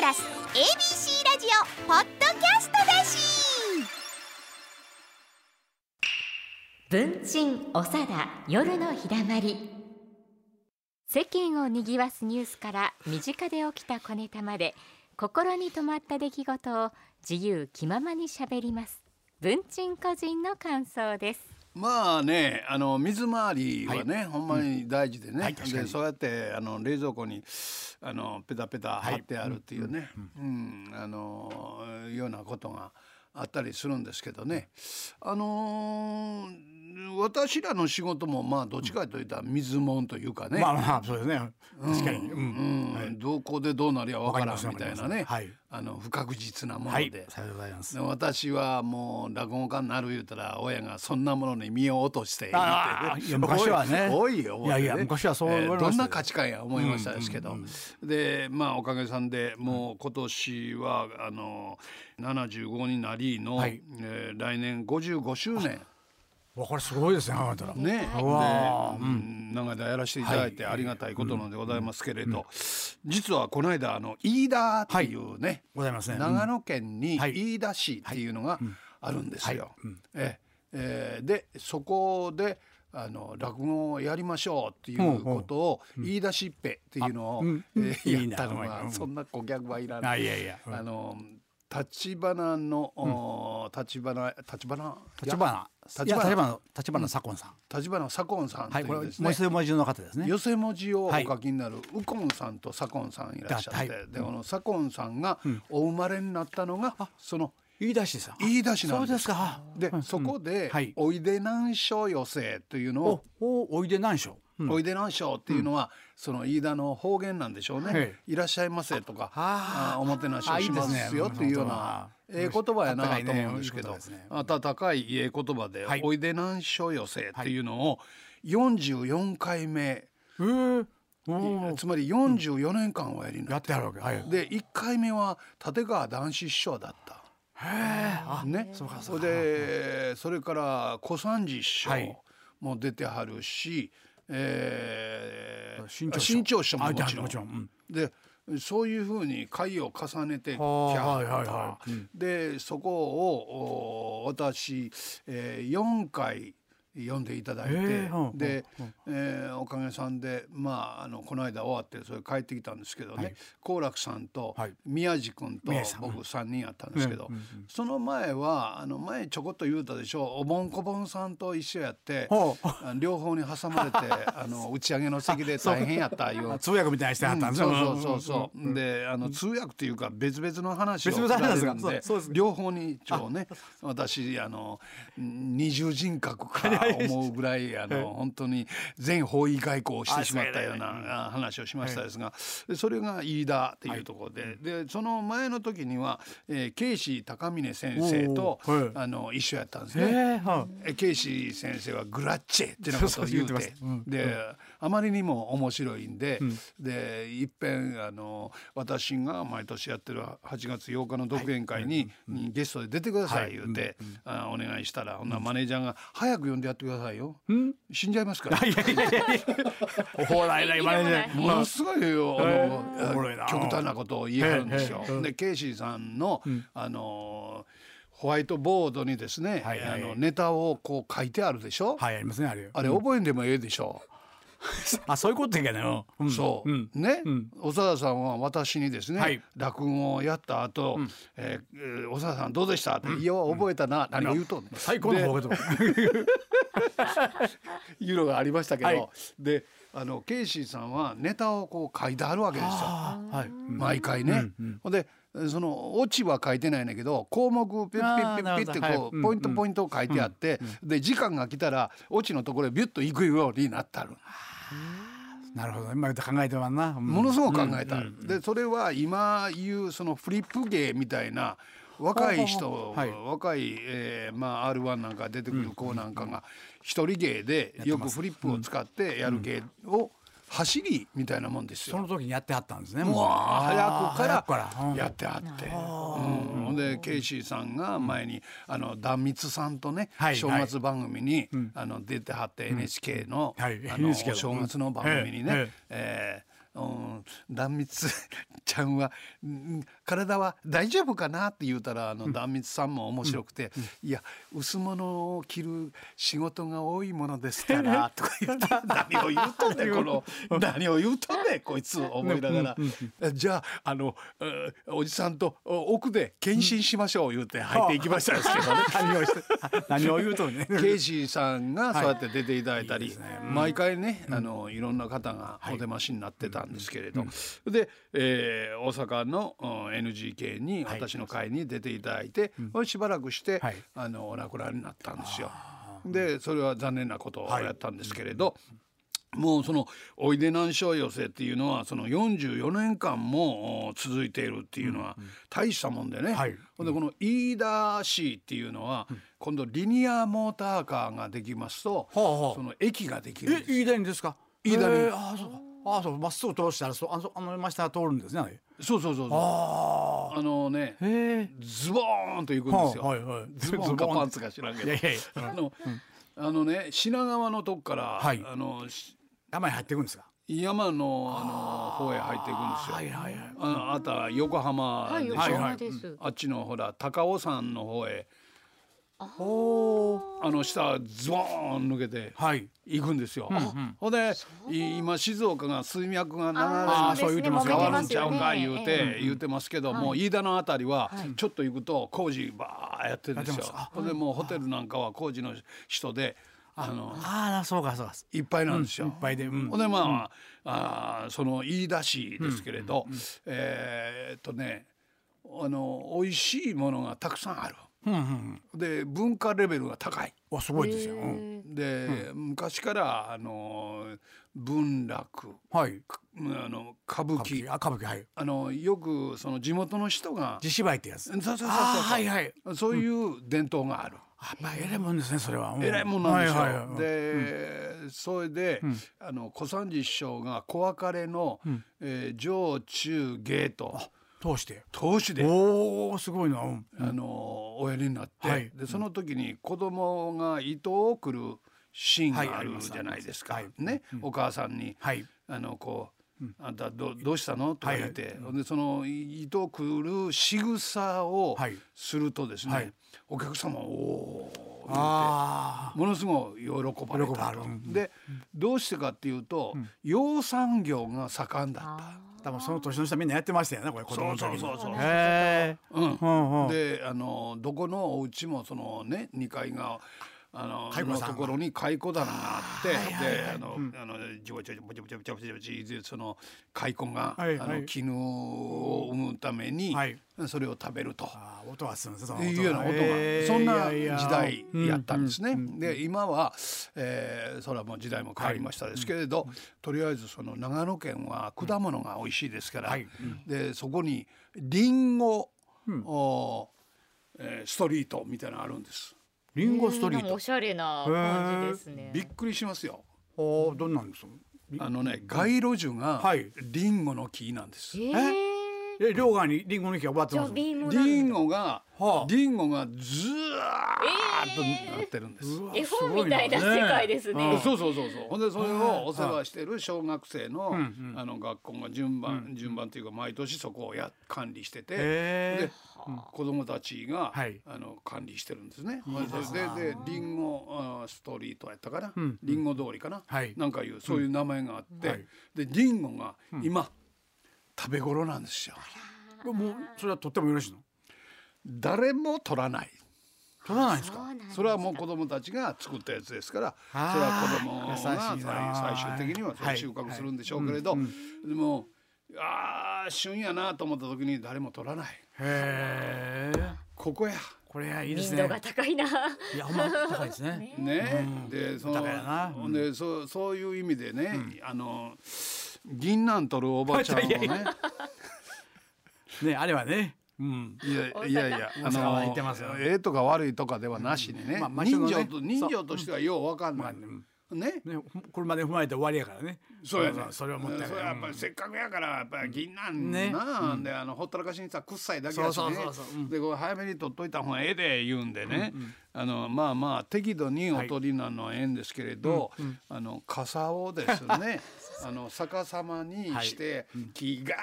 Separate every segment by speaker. Speaker 1: ラス ABC ラジオポッドキャストだし
Speaker 2: 文鎮おさだ夜のひだまり世間をにぎわすニュースから身近で起きた小ネタまで心に留まった出来事を自由気ままにしゃべります文鎮個人の感想です
Speaker 3: まあねあの水回りはね、ほんまに大事でね、
Speaker 4: はい確かに
Speaker 3: でそうやってあの冷蔵庫にあのペタペタ貼ってあるっていうね、うんあのようなことがあったりするんですけどねあのー私らの仕事もまあどっちかというと水もんというかね、
Speaker 4: まあまあそうですね。確かに。う
Speaker 3: うん
Speaker 4: ん。はい
Speaker 3: どこでどうなりゃわから
Speaker 4: わか
Speaker 3: ん
Speaker 4: りま
Speaker 3: み
Speaker 4: す
Speaker 3: たいなね、
Speaker 4: わかります
Speaker 3: あの不確実なもの
Speaker 4: は
Speaker 3: で。
Speaker 4: い。さようでございます
Speaker 3: で。私はもう落語家になる言うたら親がそんなものに身を落として言うて
Speaker 4: ああ いや昔はね
Speaker 3: 多いよ
Speaker 4: いやいや昔はそう思いましたよ
Speaker 3: どんな価値観や思いましたですけど、でまあおかげさんでもう今年はあの75になりの、
Speaker 4: はい
Speaker 3: えー来年55周年
Speaker 4: わこれすごいですね。あなたら。
Speaker 3: ね
Speaker 4: うわ
Speaker 3: で、うん、長い間やらせていただいてありがたいことなんでございますけれど、実はこの間あの飯田っていうね、
Speaker 4: ございますね。
Speaker 3: 長野県に
Speaker 4: はい
Speaker 3: 飯田市っていうのがあるんですよ。えええーでそこであの落語をやりましょうっていうことを飯田しっぺっていうのを、えー
Speaker 4: いい
Speaker 3: や
Speaker 4: な
Speaker 3: ったのが、
Speaker 4: うん
Speaker 3: そんな顧客はいら
Speaker 4: あ
Speaker 3: ない。
Speaker 4: いやいや。
Speaker 3: あの立花の、お立花立花立
Speaker 4: 立花。
Speaker 3: 花
Speaker 4: 立花立花左近さん。
Speaker 3: 立花左近さんと
Speaker 4: はいい。これ
Speaker 3: う
Speaker 4: もう
Speaker 3: ですね。
Speaker 4: 一度文字の方ですね。
Speaker 3: 寄せ文字をお
Speaker 4: はい
Speaker 3: 書きになる右近さんと左近さんいらっしゃって、
Speaker 4: だはい
Speaker 3: でこの左近さんがお生まれになったのが、その
Speaker 4: 言い出しさん。
Speaker 3: 飯田市なん
Speaker 4: そう
Speaker 3: で
Speaker 4: ですすか。
Speaker 3: で、そこで、
Speaker 4: はい
Speaker 3: おいでなんしょ寄せというの
Speaker 4: お
Speaker 3: を、
Speaker 4: おおいで何でしょう。うん
Speaker 3: おいでなんしょっていうのは、その飯田の方言なんでしょうね。
Speaker 4: はいい、
Speaker 3: らっしゃいませとか、
Speaker 4: あ
Speaker 3: あーおもてなしを
Speaker 4: あい
Speaker 3: し
Speaker 4: いで
Speaker 3: ます
Speaker 4: ね
Speaker 3: すよというよう
Speaker 4: うん
Speaker 3: な
Speaker 4: あ。
Speaker 3: ええ言葉やな
Speaker 4: あったかい
Speaker 3: と
Speaker 4: ね
Speaker 3: 思うんですけ
Speaker 4: いい
Speaker 3: ど
Speaker 4: 言葉ですね
Speaker 3: 温かいええ言葉で、
Speaker 4: はい
Speaker 3: おいでなんしょ寄せっていうのを44回目、
Speaker 4: ええ。おお。
Speaker 3: つまり44年間おやりにな
Speaker 4: や
Speaker 3: っ
Speaker 4: ってあるわけ。はい。
Speaker 3: て、で1回目は立川談志師匠だった。
Speaker 4: へえ。あ
Speaker 3: ね、
Speaker 4: そうか
Speaker 3: そ
Speaker 4: そうか
Speaker 3: れでそれから小三治師
Speaker 4: はい
Speaker 3: 匠も出てはるし、えー
Speaker 4: 新潮
Speaker 3: あ
Speaker 4: 師匠
Speaker 3: 新潮師匠も
Speaker 4: あ
Speaker 3: も
Speaker 4: じゃあ
Speaker 3: ちろん
Speaker 4: もちろんうん
Speaker 3: でそういうふうに回を重ねてき
Speaker 4: はあ
Speaker 3: は
Speaker 4: は
Speaker 3: っ
Speaker 4: い
Speaker 3: た、
Speaker 4: はいはいうん
Speaker 3: でそこをお私、えー、4回読んでいただいて、
Speaker 4: へえはあ
Speaker 3: で
Speaker 4: はあはあ、
Speaker 3: えーおかげさんで、まあ、あのこの間終わってそれ帰ってきたんですけどね好、楽さんと
Speaker 4: はい
Speaker 3: 宮治君と
Speaker 4: 宮治さん
Speaker 3: 僕3人やったんですけど、
Speaker 4: うんうん
Speaker 3: その前はあの前ちょこっと言うたでしょおぼんこぼんさんと一緒やって
Speaker 4: ほう
Speaker 3: あの両方に挟まれてあの打ち上げの席で大変やった いう
Speaker 4: 通訳みたいにしてあったんですよ。
Speaker 3: うんそうそうそうそう。で、あの通訳っていうか別々の話を
Speaker 4: 別々の話なんですか
Speaker 3: 振られるん
Speaker 4: そうそうです
Speaker 3: 両方に一応ね、私あの二重人格か思うぐらいあの本当に全方位外交をしてしまったようなあ話をしましたですが、でそれが飯田っていうところで、でその前の時にはえーケイシー高峰先生と
Speaker 4: おーはい
Speaker 3: あの一緒やったんです
Speaker 4: へ
Speaker 3: ね。
Speaker 4: え。はい。
Speaker 3: えケイシー先生はグラッチェっていうようなことを言うて
Speaker 4: そうそう言ってましたうん
Speaker 3: で、あまりにも面白いんで、でいっぺんあの私が毎年やってる8月8日の独演会に、うんゲストで出てください言うて、あお願いしたら、ほんならマネージャーが「早く呼んでやってくださいよ、死んじゃいますから」
Speaker 4: いやいやいやいや。ほら偉いマネージャー。
Speaker 3: ものすごいよ、あの
Speaker 4: おもろいな
Speaker 3: 極端なことを言いはるんですよ
Speaker 4: へえへ。え
Speaker 3: でケイシーさんの、あのホワイトボードにですね、
Speaker 4: はいはい
Speaker 3: あのネタをこう書いてあるでしょ、
Speaker 4: はいありますねあれ。
Speaker 3: あれ覚えんでもええでしょ
Speaker 4: あそういうことやけど。うん
Speaker 3: そう、
Speaker 4: ん
Speaker 3: ね、
Speaker 4: ん
Speaker 3: 長田さんは私にですね、
Speaker 4: はい
Speaker 3: 落語をやった後、えーえー長田さんどうでした?」って「いや覚えたな」何を言うとんねん
Speaker 4: 最高の方と。
Speaker 3: いうのがありましたけど、
Speaker 4: はい
Speaker 3: であのケイシーさんはネタをこう書いてあるわけですよ。
Speaker 4: あーはい。うん
Speaker 3: 毎回ね。ほんでそのオチは書いてないんだけど項目ピッピッピッピッって
Speaker 4: あーなる
Speaker 3: こ
Speaker 4: ほど
Speaker 3: う
Speaker 4: はい
Speaker 3: ポイントポイントを書いてあってで時間が来たらオチのところへビュッと行くようになってある。
Speaker 4: なるほど今考えてまんな。
Speaker 3: も
Speaker 4: も
Speaker 3: のすごく考えた、でそれは今いうそのフリップ芸みたいな若い人、
Speaker 4: ほうほうはい
Speaker 3: 若い、えーまあ、r 1なんか出てくる子なんかが一人芸でよくフリップを使ってやる芸を走りみたいなもんです
Speaker 4: そ
Speaker 3: よ。
Speaker 4: の時にやってあったんですね。
Speaker 3: もう
Speaker 4: あ
Speaker 3: 早
Speaker 4: ー
Speaker 3: くか
Speaker 4: 早くかららうん
Speaker 3: やってあって、うんほんでケイシーさんが前にあの壇蜜さんとね、
Speaker 4: はい
Speaker 3: 正月番組に、あの出てはって NHK の,、
Speaker 4: はい
Speaker 3: あの
Speaker 4: NHK の
Speaker 3: お正月の番組にね、
Speaker 4: うんええ
Speaker 3: えーうん、断密ちちゃんはん体は大丈夫かなって言うたらあの壇蜜さんも面白くて、いや薄物を着る仕事が多いものですから とか言って何を言うとんねんこの何を言うとんねんこいつ思いながら、じゃああのえーおじさんとお奥で検診しましょう言うて入っていきましたですけどね。
Speaker 4: 何をして 何を言うと ね。
Speaker 3: ケイシーさんがそうやって出ていただいたり、
Speaker 4: はいいいですね
Speaker 3: 毎回ね、あのいろんな方がお出ましになってたんですけれど、で、えー大阪のうん NGK に
Speaker 4: い
Speaker 3: 私の会に出ていただいて、しばらくして、
Speaker 4: はい
Speaker 3: あのお亡くなりになったんですよ。でそれは残念なことをやったんですけれど。もうその「おいでなんしょう寄せ」っていうのはその44年間もお続いているっていうのは大したもんでね、
Speaker 4: はい
Speaker 3: ほんでこの飯田市っていうのは今度リニアモーターカーができますと
Speaker 4: はあはあ
Speaker 3: その駅ができるん
Speaker 4: え
Speaker 3: です
Speaker 4: 飯田にですか。
Speaker 3: 飯田に
Speaker 4: えーああそうか。ああそうまっすぐ通したらそうあのあの真下が通るんですね。あれ
Speaker 3: そうそうそうそう
Speaker 4: あ
Speaker 3: あのね
Speaker 4: あ。へえ。
Speaker 3: ズボーンと行くんですよ、
Speaker 4: はいはいはい
Speaker 3: ズボンかパンツか知らんけど
Speaker 4: いやいやい
Speaker 3: あ
Speaker 4: や。
Speaker 3: のあのね品川のとこから、
Speaker 4: はい
Speaker 3: あのし
Speaker 4: 山に入っていくんですか。
Speaker 3: 山のあの方へ入っていくんですよ。
Speaker 4: はいはいはい。
Speaker 3: ああとは横浜
Speaker 2: はい
Speaker 3: でしょ、
Speaker 2: 横浜です、
Speaker 3: あっちのほら高尾山の方へ
Speaker 4: おお。
Speaker 3: あの下ズボーン抜けて
Speaker 4: はい。
Speaker 3: 行くんですよ。
Speaker 4: ん
Speaker 3: ほんでい今静岡が水脈が流
Speaker 4: あー
Speaker 3: れ
Speaker 4: そう言うてます
Speaker 3: 変わ
Speaker 4: よ変
Speaker 3: る
Speaker 4: わ
Speaker 3: んちゃうか言うて、言うてますけど、もう飯田のあたりはちょっと行くと工事バーやってるんですよ。
Speaker 4: やってますか
Speaker 3: ほんでもうホテルなんかは工事の人であの
Speaker 4: ああそうかそうか。
Speaker 3: いっぱいなんですよ。
Speaker 4: いっぱいで。うん
Speaker 3: ほんでまあ,、あーその飯田市ですけれど、えーっとねあの美味しいものがたくさんある。
Speaker 4: うんうん。
Speaker 3: で文化レベルが高い。
Speaker 4: おすごいですよ。うん
Speaker 3: で、昔からあの文楽
Speaker 4: はい。
Speaker 3: うんあの歌舞
Speaker 4: 歌舞
Speaker 3: 伎
Speaker 4: 伎あ歌舞伎はい。
Speaker 3: あのよくその地元の人が
Speaker 4: 地芝居ってやつ。
Speaker 3: そうそうそうそう
Speaker 4: ああはいはい。
Speaker 3: そういう伝統がある、
Speaker 4: やっぱ偉いもんですねそれは。う
Speaker 3: 偉いもんなんですよ。
Speaker 4: はいはいはい
Speaker 3: で、それで、あの小三治師匠が小別れの、えー上中芸と
Speaker 4: 通して。
Speaker 3: 投資で
Speaker 4: おおすごいな。うん
Speaker 3: あのおやりになって、
Speaker 4: はい
Speaker 3: でその時に子供が糸を送るシーン
Speaker 4: はい
Speaker 3: があ
Speaker 4: あり
Speaker 3: る
Speaker 4: ます
Speaker 3: じゃないですか、
Speaker 4: あります
Speaker 3: ね、お母さんに、
Speaker 4: はい。
Speaker 3: あのこう、あんたどどうしたの?」とか言って、
Speaker 4: はい
Speaker 3: ほんでその糸をくる仕草を
Speaker 4: はい
Speaker 3: するとですね、
Speaker 4: はい
Speaker 3: お客様おお
Speaker 4: あ
Speaker 3: ものすごい喜ばれ
Speaker 4: 喜ば
Speaker 3: た
Speaker 4: れ
Speaker 3: と
Speaker 4: るうん
Speaker 3: でどうしてかっていうと、養蚕業が盛んだった。
Speaker 4: あ。多分その年の人はみんなやってましたよねこれ子供
Speaker 3: そ
Speaker 4: の
Speaker 3: う
Speaker 4: 時
Speaker 3: そう
Speaker 4: に。
Speaker 3: そうそう
Speaker 4: へえ。
Speaker 3: うん
Speaker 4: うんうん。
Speaker 3: であのどこのお家もそのね2階が。あの
Speaker 4: 蚕
Speaker 3: の
Speaker 4: さん
Speaker 3: ところに蚕棚があってであの、あのジボジボジボジボジボジボジボジボジその蚕が、
Speaker 4: はい
Speaker 3: あ
Speaker 4: は
Speaker 3: の
Speaker 4: い
Speaker 3: 絹を生むために、
Speaker 4: はい
Speaker 3: それを食べると。
Speaker 4: ああ音はするんですねその
Speaker 3: い
Speaker 4: 音
Speaker 3: うようなことが、
Speaker 4: へー
Speaker 3: そんない
Speaker 4: やいや
Speaker 3: 時代やったんですね。で今は、えーそれはもう時代も変わりましたですけれど、とりあえずその長野県は果物が美味しいですから、
Speaker 4: はい
Speaker 3: でそこにリンゴ、おえーストリートみたいなのあるんです。
Speaker 4: リンゴストリ
Speaker 2: な
Speaker 4: ー
Speaker 2: んか
Speaker 4: ト
Speaker 2: お。しゃれな感じですね
Speaker 3: びっくりしますよ。
Speaker 4: おおどんなんですか。
Speaker 3: あのね街路樹が
Speaker 4: はい
Speaker 3: リンゴの木なんです。
Speaker 2: え
Speaker 4: ええ両側にリンゴの木が植わって
Speaker 2: じゃ
Speaker 4: ま
Speaker 2: あ
Speaker 4: す。
Speaker 2: ビームなんだ
Speaker 3: リンゴが、
Speaker 4: はあ
Speaker 3: リンゴがずーっとなってるんです。
Speaker 4: うわ
Speaker 2: 絵本みたいな
Speaker 4: すごね
Speaker 2: 世界ですね
Speaker 4: うん
Speaker 3: そうそうそうそう。ほんでそれをお世話してる小学生の、
Speaker 4: ん
Speaker 3: あの学校が順番、順番というか毎年そこをや管理してて、で
Speaker 4: へ
Speaker 3: 子供たちが、
Speaker 4: はい
Speaker 3: あの管理してるんですね。でででリンゴあーストリートやったかな、
Speaker 4: ん
Speaker 3: リンゴ通りかな、
Speaker 4: はい
Speaker 3: なんかいうそういう名前があって、
Speaker 4: はい
Speaker 3: でリンゴが今、食べ頃なんですよ。
Speaker 4: え。もうそれはとってもよろしいの。
Speaker 3: 誰も取らない。
Speaker 4: 取らないんです
Speaker 2: そう
Speaker 4: か
Speaker 2: な。んです
Speaker 3: それはもう子供たちが作ったやつですからそれ
Speaker 4: あー
Speaker 3: は子供が
Speaker 4: 優しいな
Speaker 3: 最最終的にはそ
Speaker 4: は
Speaker 3: う
Speaker 4: い
Speaker 3: 収穫するんでしょうけれど、でもあー旬やなと思った時に誰も取らない
Speaker 4: へえ。
Speaker 3: ここや
Speaker 4: これはいいです
Speaker 2: 頻度
Speaker 4: ね。
Speaker 2: が高いな
Speaker 4: いやほんま高いですね。
Speaker 3: ね、でその
Speaker 4: だからなうん
Speaker 3: でそうそういう意味でね、あの銀杏取るおばちゃんをね
Speaker 4: いやいやねあれはね。うん。
Speaker 3: いやいやいや、あ
Speaker 4: 大阪は行ってますよ
Speaker 3: ええとか悪いとかではなしにね、
Speaker 4: まあまあ
Speaker 3: 人
Speaker 4: 人の
Speaker 3: 情
Speaker 4: ね
Speaker 3: と人情としてはようわかんない、
Speaker 4: ん
Speaker 3: ね
Speaker 4: ね、ほこれまで踏まえて終わりやからね。
Speaker 3: そうやね
Speaker 4: んそれはもったいない。
Speaker 3: それはやっぱりせっかくやからやっぱり銀なん
Speaker 4: ね
Speaker 3: なあであのほったらかしにさくっさいだけやし
Speaker 4: そう
Speaker 3: ね
Speaker 4: そうそうそううん
Speaker 3: でこれ早めに取っといた方がええで言うんでねあのまあまあ適度にお取りなのはええんですけれどあの傘をです ねあの逆さまにして木が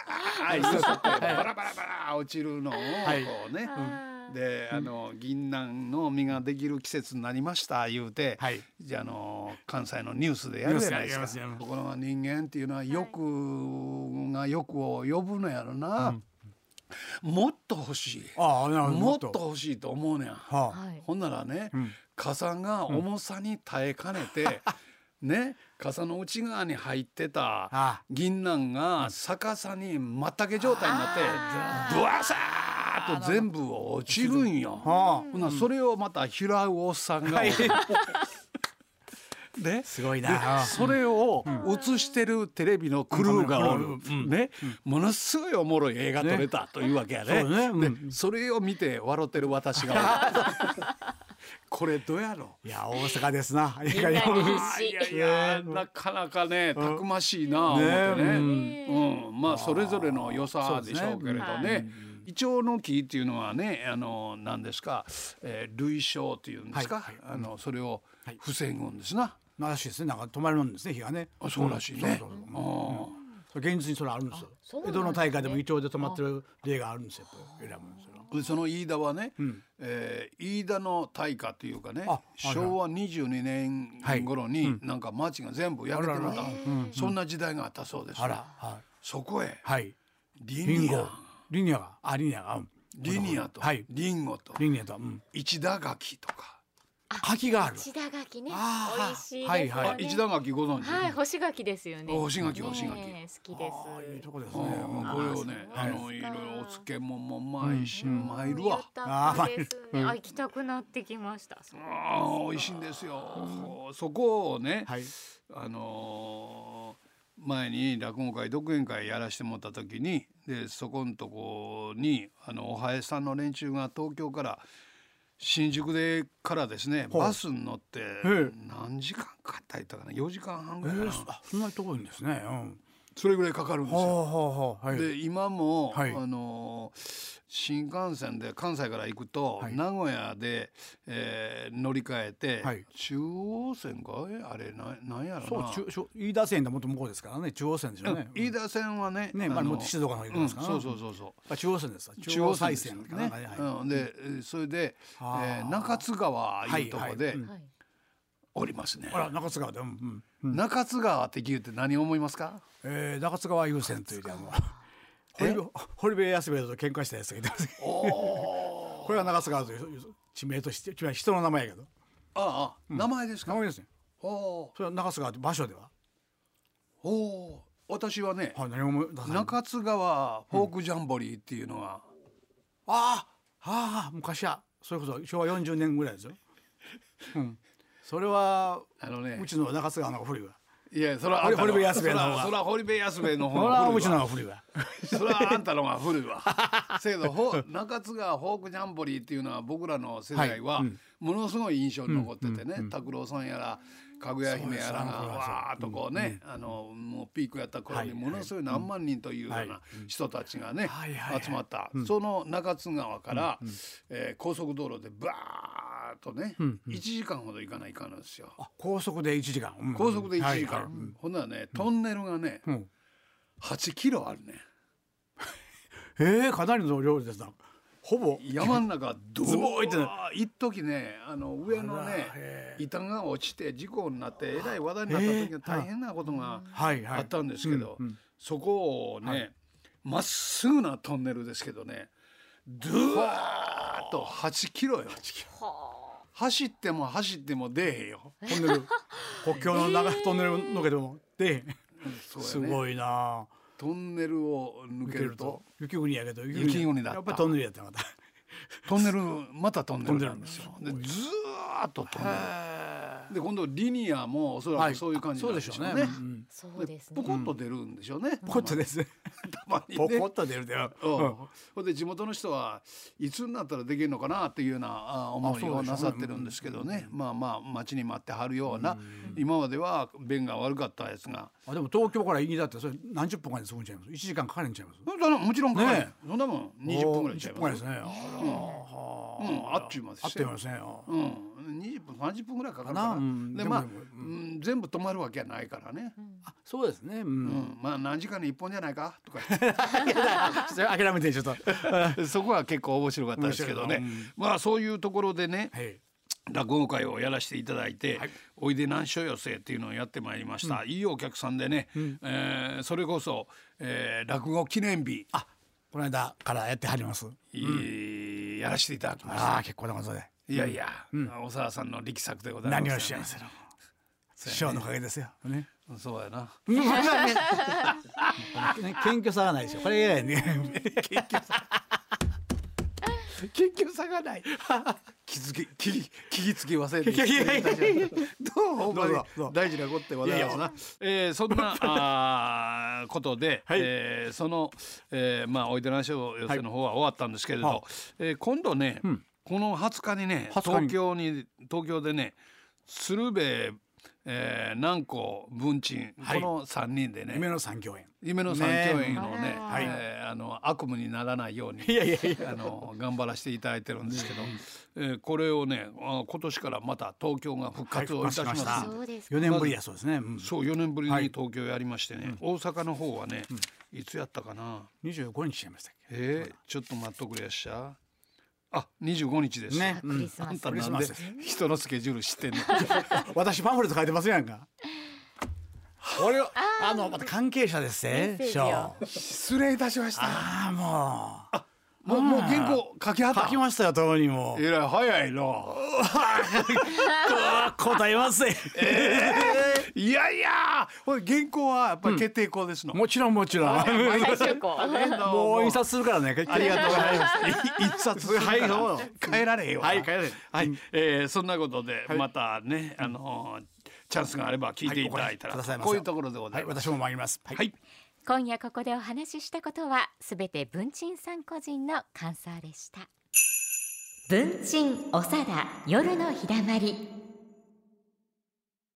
Speaker 3: ーッとってバラバラバラ落ちるのをこ
Speaker 4: いう
Speaker 3: ね
Speaker 2: あー
Speaker 3: であの銀杏の実ができる季節になりました言うて、
Speaker 4: はい
Speaker 3: じゃああの関西のニュースでやるじゃない
Speaker 4: ニュース
Speaker 3: で
Speaker 4: やります
Speaker 3: す
Speaker 4: やりま
Speaker 3: か。
Speaker 4: す
Speaker 3: ところが人間っていうのは欲が欲を呼ぶのやろな、もっと欲しい
Speaker 4: ああ、なるほど。
Speaker 3: もっと欲しいと思うねん。
Speaker 4: は
Speaker 2: はい
Speaker 3: ほんならね、傘が重さに耐えかね て、ね傘の内側に入ってた
Speaker 4: あ
Speaker 3: 銀杏が逆さにまったけ状態になってブワサーッと全部落ちるんよ。
Speaker 4: あ。は
Speaker 3: ほなそれをまた拾うおっさん がおる。です
Speaker 4: ごい
Speaker 3: で
Speaker 4: な。あ
Speaker 3: それを映してるテレビのクルーがおる、ね、ものすごいおもろい映画撮れたというわけやね
Speaker 4: そうねうん
Speaker 3: でそれを見て笑ってる私 がおるこれどうやろ
Speaker 4: いや、大阪ですな。い
Speaker 2: みんな
Speaker 4: やいや
Speaker 2: に
Speaker 3: うい
Speaker 2: 必
Speaker 3: や
Speaker 2: 死
Speaker 3: いやなかなかねたくましいな思ってね
Speaker 4: ねうん
Speaker 3: うん、まあそれぞれの良さでしょうけれど
Speaker 2: そうですね
Speaker 3: ね。イチョウの木っていうのはね、あの何ですか、えー、類焼っていうんですか、
Speaker 4: はい
Speaker 3: あのそれを
Speaker 4: はい
Speaker 3: 防ぐんですな。
Speaker 4: まあらしいですね。なんか止まるんですね、火がね。
Speaker 3: あそうらしいね。
Speaker 4: そうそうそう
Speaker 3: あ
Speaker 4: それ現実にそれあるんですよ。
Speaker 2: そうなん
Speaker 4: 江
Speaker 2: ですね
Speaker 4: 戸の大会でもイチョウで止まってる例があるんですよ。選ぶんですよ。
Speaker 3: あその飯田はね、
Speaker 4: ん
Speaker 3: えー飯田の大火っていうかね
Speaker 4: あはい、はい
Speaker 3: 昭和22年頃になんか町が全部焼けても
Speaker 4: あ
Speaker 3: た、
Speaker 4: ららら
Speaker 3: そんな時代があったそうです。
Speaker 4: あら、は
Speaker 3: そこへ
Speaker 4: い。はい。
Speaker 3: リ
Speaker 4: リン
Speaker 3: ニ
Speaker 4: ゴ
Speaker 3: ア、。
Speaker 4: リニアが、あ、リニアが、うん
Speaker 3: リニアと、
Speaker 4: はい
Speaker 3: リンゴと
Speaker 4: リニアと、うん。
Speaker 3: 一田柿とか。
Speaker 4: 柿がある。
Speaker 2: 石田柿ね
Speaker 4: あー
Speaker 2: 美味しい
Speaker 4: は
Speaker 2: で
Speaker 4: い
Speaker 2: す
Speaker 4: はい
Speaker 2: よ
Speaker 3: あ
Speaker 2: ね
Speaker 3: 一田柿ご存知。
Speaker 2: はい干し柿ですよね
Speaker 3: あ干し柿
Speaker 2: ねえ
Speaker 3: 干し柿
Speaker 2: 好きで
Speaker 4: ああ、いい
Speaker 2: す
Speaker 4: とこです
Speaker 3: う
Speaker 4: ね。
Speaker 3: んこれをね、
Speaker 2: あ
Speaker 3: あ
Speaker 2: ー
Speaker 3: のいろいろお漬物もうまいし、う
Speaker 2: うん
Speaker 3: まいるわ。
Speaker 2: 豊かですねあ行きたくなってきましたそう
Speaker 3: あー美味しいんですよ。そこをね、
Speaker 4: はい。
Speaker 3: あのー前に落語会独演会やらしてもらった時にでそこんとこにあのおはえさんの連中が東京から新宿でからですね
Speaker 4: ほう
Speaker 3: バスに乗って
Speaker 4: え
Speaker 3: 何時間かかったりとかね4時間半
Speaker 4: え
Speaker 3: ぐらいか
Speaker 4: ー
Speaker 3: な、
Speaker 4: そあ、そんな遠いんですね。うん。
Speaker 3: それぐらいかかるんですよ。
Speaker 4: ほうほうほう。はい。
Speaker 3: で今も、
Speaker 4: はい
Speaker 3: あのー新幹線で関西から行くと、
Speaker 4: はい
Speaker 3: 名古屋で、えー乗り換えて、
Speaker 4: はい
Speaker 3: 中央線かえあれななんや
Speaker 4: そ
Speaker 3: ろ
Speaker 4: う
Speaker 3: な
Speaker 4: 中小飯田線でもっと向こうですからね中央線ですよね。
Speaker 3: 飯田線はね
Speaker 4: ね
Speaker 3: あの
Speaker 4: まあもう静岡の方行きますからね
Speaker 3: うんそうそうそうそ
Speaker 4: あ中央線ですわ。
Speaker 3: う
Speaker 4: 中央再線
Speaker 3: 中
Speaker 4: か
Speaker 3: 央
Speaker 4: な
Speaker 3: 線
Speaker 4: ん
Speaker 3: で
Speaker 4: か
Speaker 3: すよ
Speaker 4: ね。
Speaker 3: ね
Speaker 4: はい
Speaker 3: うんでえーそれで、え
Speaker 4: あー
Speaker 3: ー中津川
Speaker 4: はいいう
Speaker 3: とこで
Speaker 4: はいうん
Speaker 2: はい
Speaker 3: 降りますね、
Speaker 4: あら中津川で、うんうんうん
Speaker 3: 中津川って聞いて何思いますか
Speaker 4: えー、中津川優先というであの堀部堀部安兵衛と喧嘩したやつがいたんですけど これが中津川という地名として地名人の名前やけど
Speaker 3: ああ、名前です
Speaker 4: 名
Speaker 3: か
Speaker 4: 前ですね
Speaker 3: おお
Speaker 4: それは中津川という場所では、
Speaker 3: ーおー私はね、
Speaker 4: はい、何も出さないあ
Speaker 3: 中津川フォークジャンボリーっていうのは、
Speaker 4: あああ昔はそれこそ昭和40年ぐらいですよ、うん、それは
Speaker 3: あのね
Speaker 4: うちの中津川の方が古いわ
Speaker 3: いやそれはあんた
Speaker 4: 堀部安兵衛の方が
Speaker 3: それは堀部安兵衛の
Speaker 4: それ
Speaker 3: 方が
Speaker 4: はう
Speaker 3: 古い
Speaker 4: ちの
Speaker 3: わ
Speaker 4: 方が古いわ
Speaker 3: それはあんたの方が古いわ せやけどほ中津川フォークジャンボリーっていうのは僕らの世代は
Speaker 4: はいうん
Speaker 3: ものすごい印象に残っててね拓郎さんやらかぐや姫やらが
Speaker 4: そうです
Speaker 3: わーっとこうねあのもうピークやった頃に
Speaker 4: はい
Speaker 3: ものすごい何万人というよう
Speaker 4: はい
Speaker 3: な人たちがね
Speaker 4: はいはいはい
Speaker 3: 集まったその中津川からえー高速道路でバーっとね1時間ほど行かないかんのですよ。
Speaker 4: あ高速で1時間、うん
Speaker 3: 高速で1時間、
Speaker 4: はいはい
Speaker 3: ほんならねトンネルがね、
Speaker 4: うん
Speaker 3: 8キロあるね
Speaker 4: ええかなりの量ですなほぼ
Speaker 3: 山の中どう
Speaker 4: ズボーイって
Speaker 3: わー一時ねあの上の
Speaker 4: あら
Speaker 3: ね
Speaker 4: へ
Speaker 3: 板が落ちて事故になってえらい話題になった時は大変なことが
Speaker 4: はいはい
Speaker 3: あったんですけど、
Speaker 4: うんうん
Speaker 3: そこをね、まっすぐなトンネルですけどねドゥワーッと8キロよ
Speaker 2: は
Speaker 3: 走っても走っても出えへんよ。
Speaker 4: ト ンネル国境の長いトンネル抜けてもで、す
Speaker 3: そうやね
Speaker 4: ごいな
Speaker 3: トンネルを抜
Speaker 4: 抜
Speaker 3: け
Speaker 4: け
Speaker 3: ると
Speaker 4: ると雪国やけど
Speaker 3: 雪国だった
Speaker 4: やっぱりトンネルやったまた
Speaker 3: トンネルまたトンネルなんですよ。でずーっとトンネル。で今度リニアもおそらくそういう感じなんでしょうね。
Speaker 4: そうでしょうね
Speaker 2: そうですね
Speaker 3: ポコッと出るんでしょうね。
Speaker 4: ポコッとですね。
Speaker 3: たまに
Speaker 4: ポコ
Speaker 3: ね
Speaker 4: ッ。と出るでは。
Speaker 3: うん
Speaker 4: うん
Speaker 3: ほんで地元の人はいつになったらできるのかなっていうようなあ思い
Speaker 4: あそう
Speaker 3: を
Speaker 4: でしょうね
Speaker 3: なさってるんですけどねまあまあ待ちに待ってはるような今までは便が悪かったやつが
Speaker 4: あでも東京からイギリスだってそれ何十分かで済むんちゃいます。一時間かかるんちゃいます。
Speaker 3: そんなのもちろんかかる、
Speaker 4: ね
Speaker 3: そんなもん20分ぐらいちゃい
Speaker 4: おー20分
Speaker 3: ま
Speaker 4: ぐらい
Speaker 3: す
Speaker 4: ですね。あら
Speaker 3: うんあっちゅうまで
Speaker 4: あっ
Speaker 3: して
Speaker 4: という間ですね。あ
Speaker 3: うん、20分30分ぐらいかかるか
Speaker 4: からなうん
Speaker 3: で
Speaker 4: でも
Speaker 3: まあ、
Speaker 4: でもうん
Speaker 3: うん全部止まるわけはないからね、
Speaker 4: あそうですね。う
Speaker 3: うん
Speaker 4: ん。
Speaker 3: まあ何時間に1本じゃないか とか言って
Speaker 4: それ諦め てちょっと。
Speaker 3: そこは結構面白かったですけどね、
Speaker 4: 面白い
Speaker 3: まあそういうところでね
Speaker 4: はい。
Speaker 3: 落語会をやらせていただいて「
Speaker 4: はい
Speaker 3: おいで難所寄せ」っていうのをやってまいりました、いいお客さんでね、えーそれこそ、えー落語記念日、
Speaker 4: あこの間からやってはります。
Speaker 3: いいやらせていただきました。
Speaker 4: ああ結構なことで。
Speaker 3: いやいや、小沢さんの力作でございます、
Speaker 4: 何をおっしゃいますよ。師匠のおかげですよ。 ね。
Speaker 3: そうやな。
Speaker 4: ね謙虚さがないですよ。これ偉い ね。
Speaker 3: 結局差がない。気づき、気き、気きつき忘れて。
Speaker 4: いやいやいやいや
Speaker 3: どう、ほんまに
Speaker 4: どうぞどうぞ
Speaker 3: 大事なことって話題だな。えーそん な、あーことで、
Speaker 4: はい
Speaker 3: えーその、えーまあ、おいでなしょ寄せの方は終わったんですけれど。
Speaker 4: はい
Speaker 3: えー今度ね、この20日にね、
Speaker 4: 20日に
Speaker 3: 東京に、東京でね。鶴瓶、えー、南光、文鎮、
Speaker 4: はい
Speaker 3: この三人でね。
Speaker 4: 夢の三共演。
Speaker 3: 夢の三共演のね
Speaker 2: ね
Speaker 4: はい
Speaker 3: えーあの悪夢にならないように
Speaker 4: いやいやいや
Speaker 3: あの頑張らせていただいてるんですけど、えーこれをねあ今年からまた東京が復活をいたしま
Speaker 4: はい
Speaker 3: す、
Speaker 4: 復活しました
Speaker 2: そうですか
Speaker 4: 四年ぶりやそうですね。うん
Speaker 3: そう4年ぶりに
Speaker 4: はい
Speaker 3: 東京やりましてね、大阪の方はね、いつやったかな
Speaker 4: 二十五日しましたっけ。
Speaker 3: えーちょっと待っとくれやっしゃあ25日です、
Speaker 4: ね
Speaker 2: クリス
Speaker 3: あ
Speaker 2: マ
Speaker 3: ん
Speaker 2: ス
Speaker 3: た
Speaker 4: クリ
Speaker 3: な
Speaker 4: ス
Speaker 3: ん
Speaker 4: マ
Speaker 3: で
Speaker 4: スです
Speaker 3: 人のスケジュール知ってんの
Speaker 4: 私パンフレット書いてますやんか。俺はあのまた関係者ですね。
Speaker 2: メッセー
Speaker 4: 師
Speaker 2: ジを
Speaker 4: 匠。
Speaker 3: 失礼いたしました
Speaker 4: ああも
Speaker 3: もうもう原稿書きはっ
Speaker 4: う書
Speaker 3: た
Speaker 4: きましたよともにも
Speaker 3: えらい早い な
Speaker 4: う答えますね
Speaker 3: いやいやこれ原稿はやっぱり決定稿ですの、
Speaker 4: もちろんもちろん
Speaker 2: 最終校
Speaker 4: もう印刷するからね
Speaker 3: ありがとうございます。一冊するから
Speaker 4: はいそう
Speaker 3: 変えられへんわ。
Speaker 4: はい帰れ
Speaker 3: はいえーそんなことでまたね、あのーチャンスがあれば聞いていただいたら、
Speaker 4: はいお越しくださいませ
Speaker 3: こういうところでござ
Speaker 4: はいい
Speaker 3: ます。
Speaker 4: 私も参りますは
Speaker 3: はい
Speaker 2: 今夜ここでお話ししたことはすべて文鎮さん個人の感想でした文鎮おさだ夜のひだまり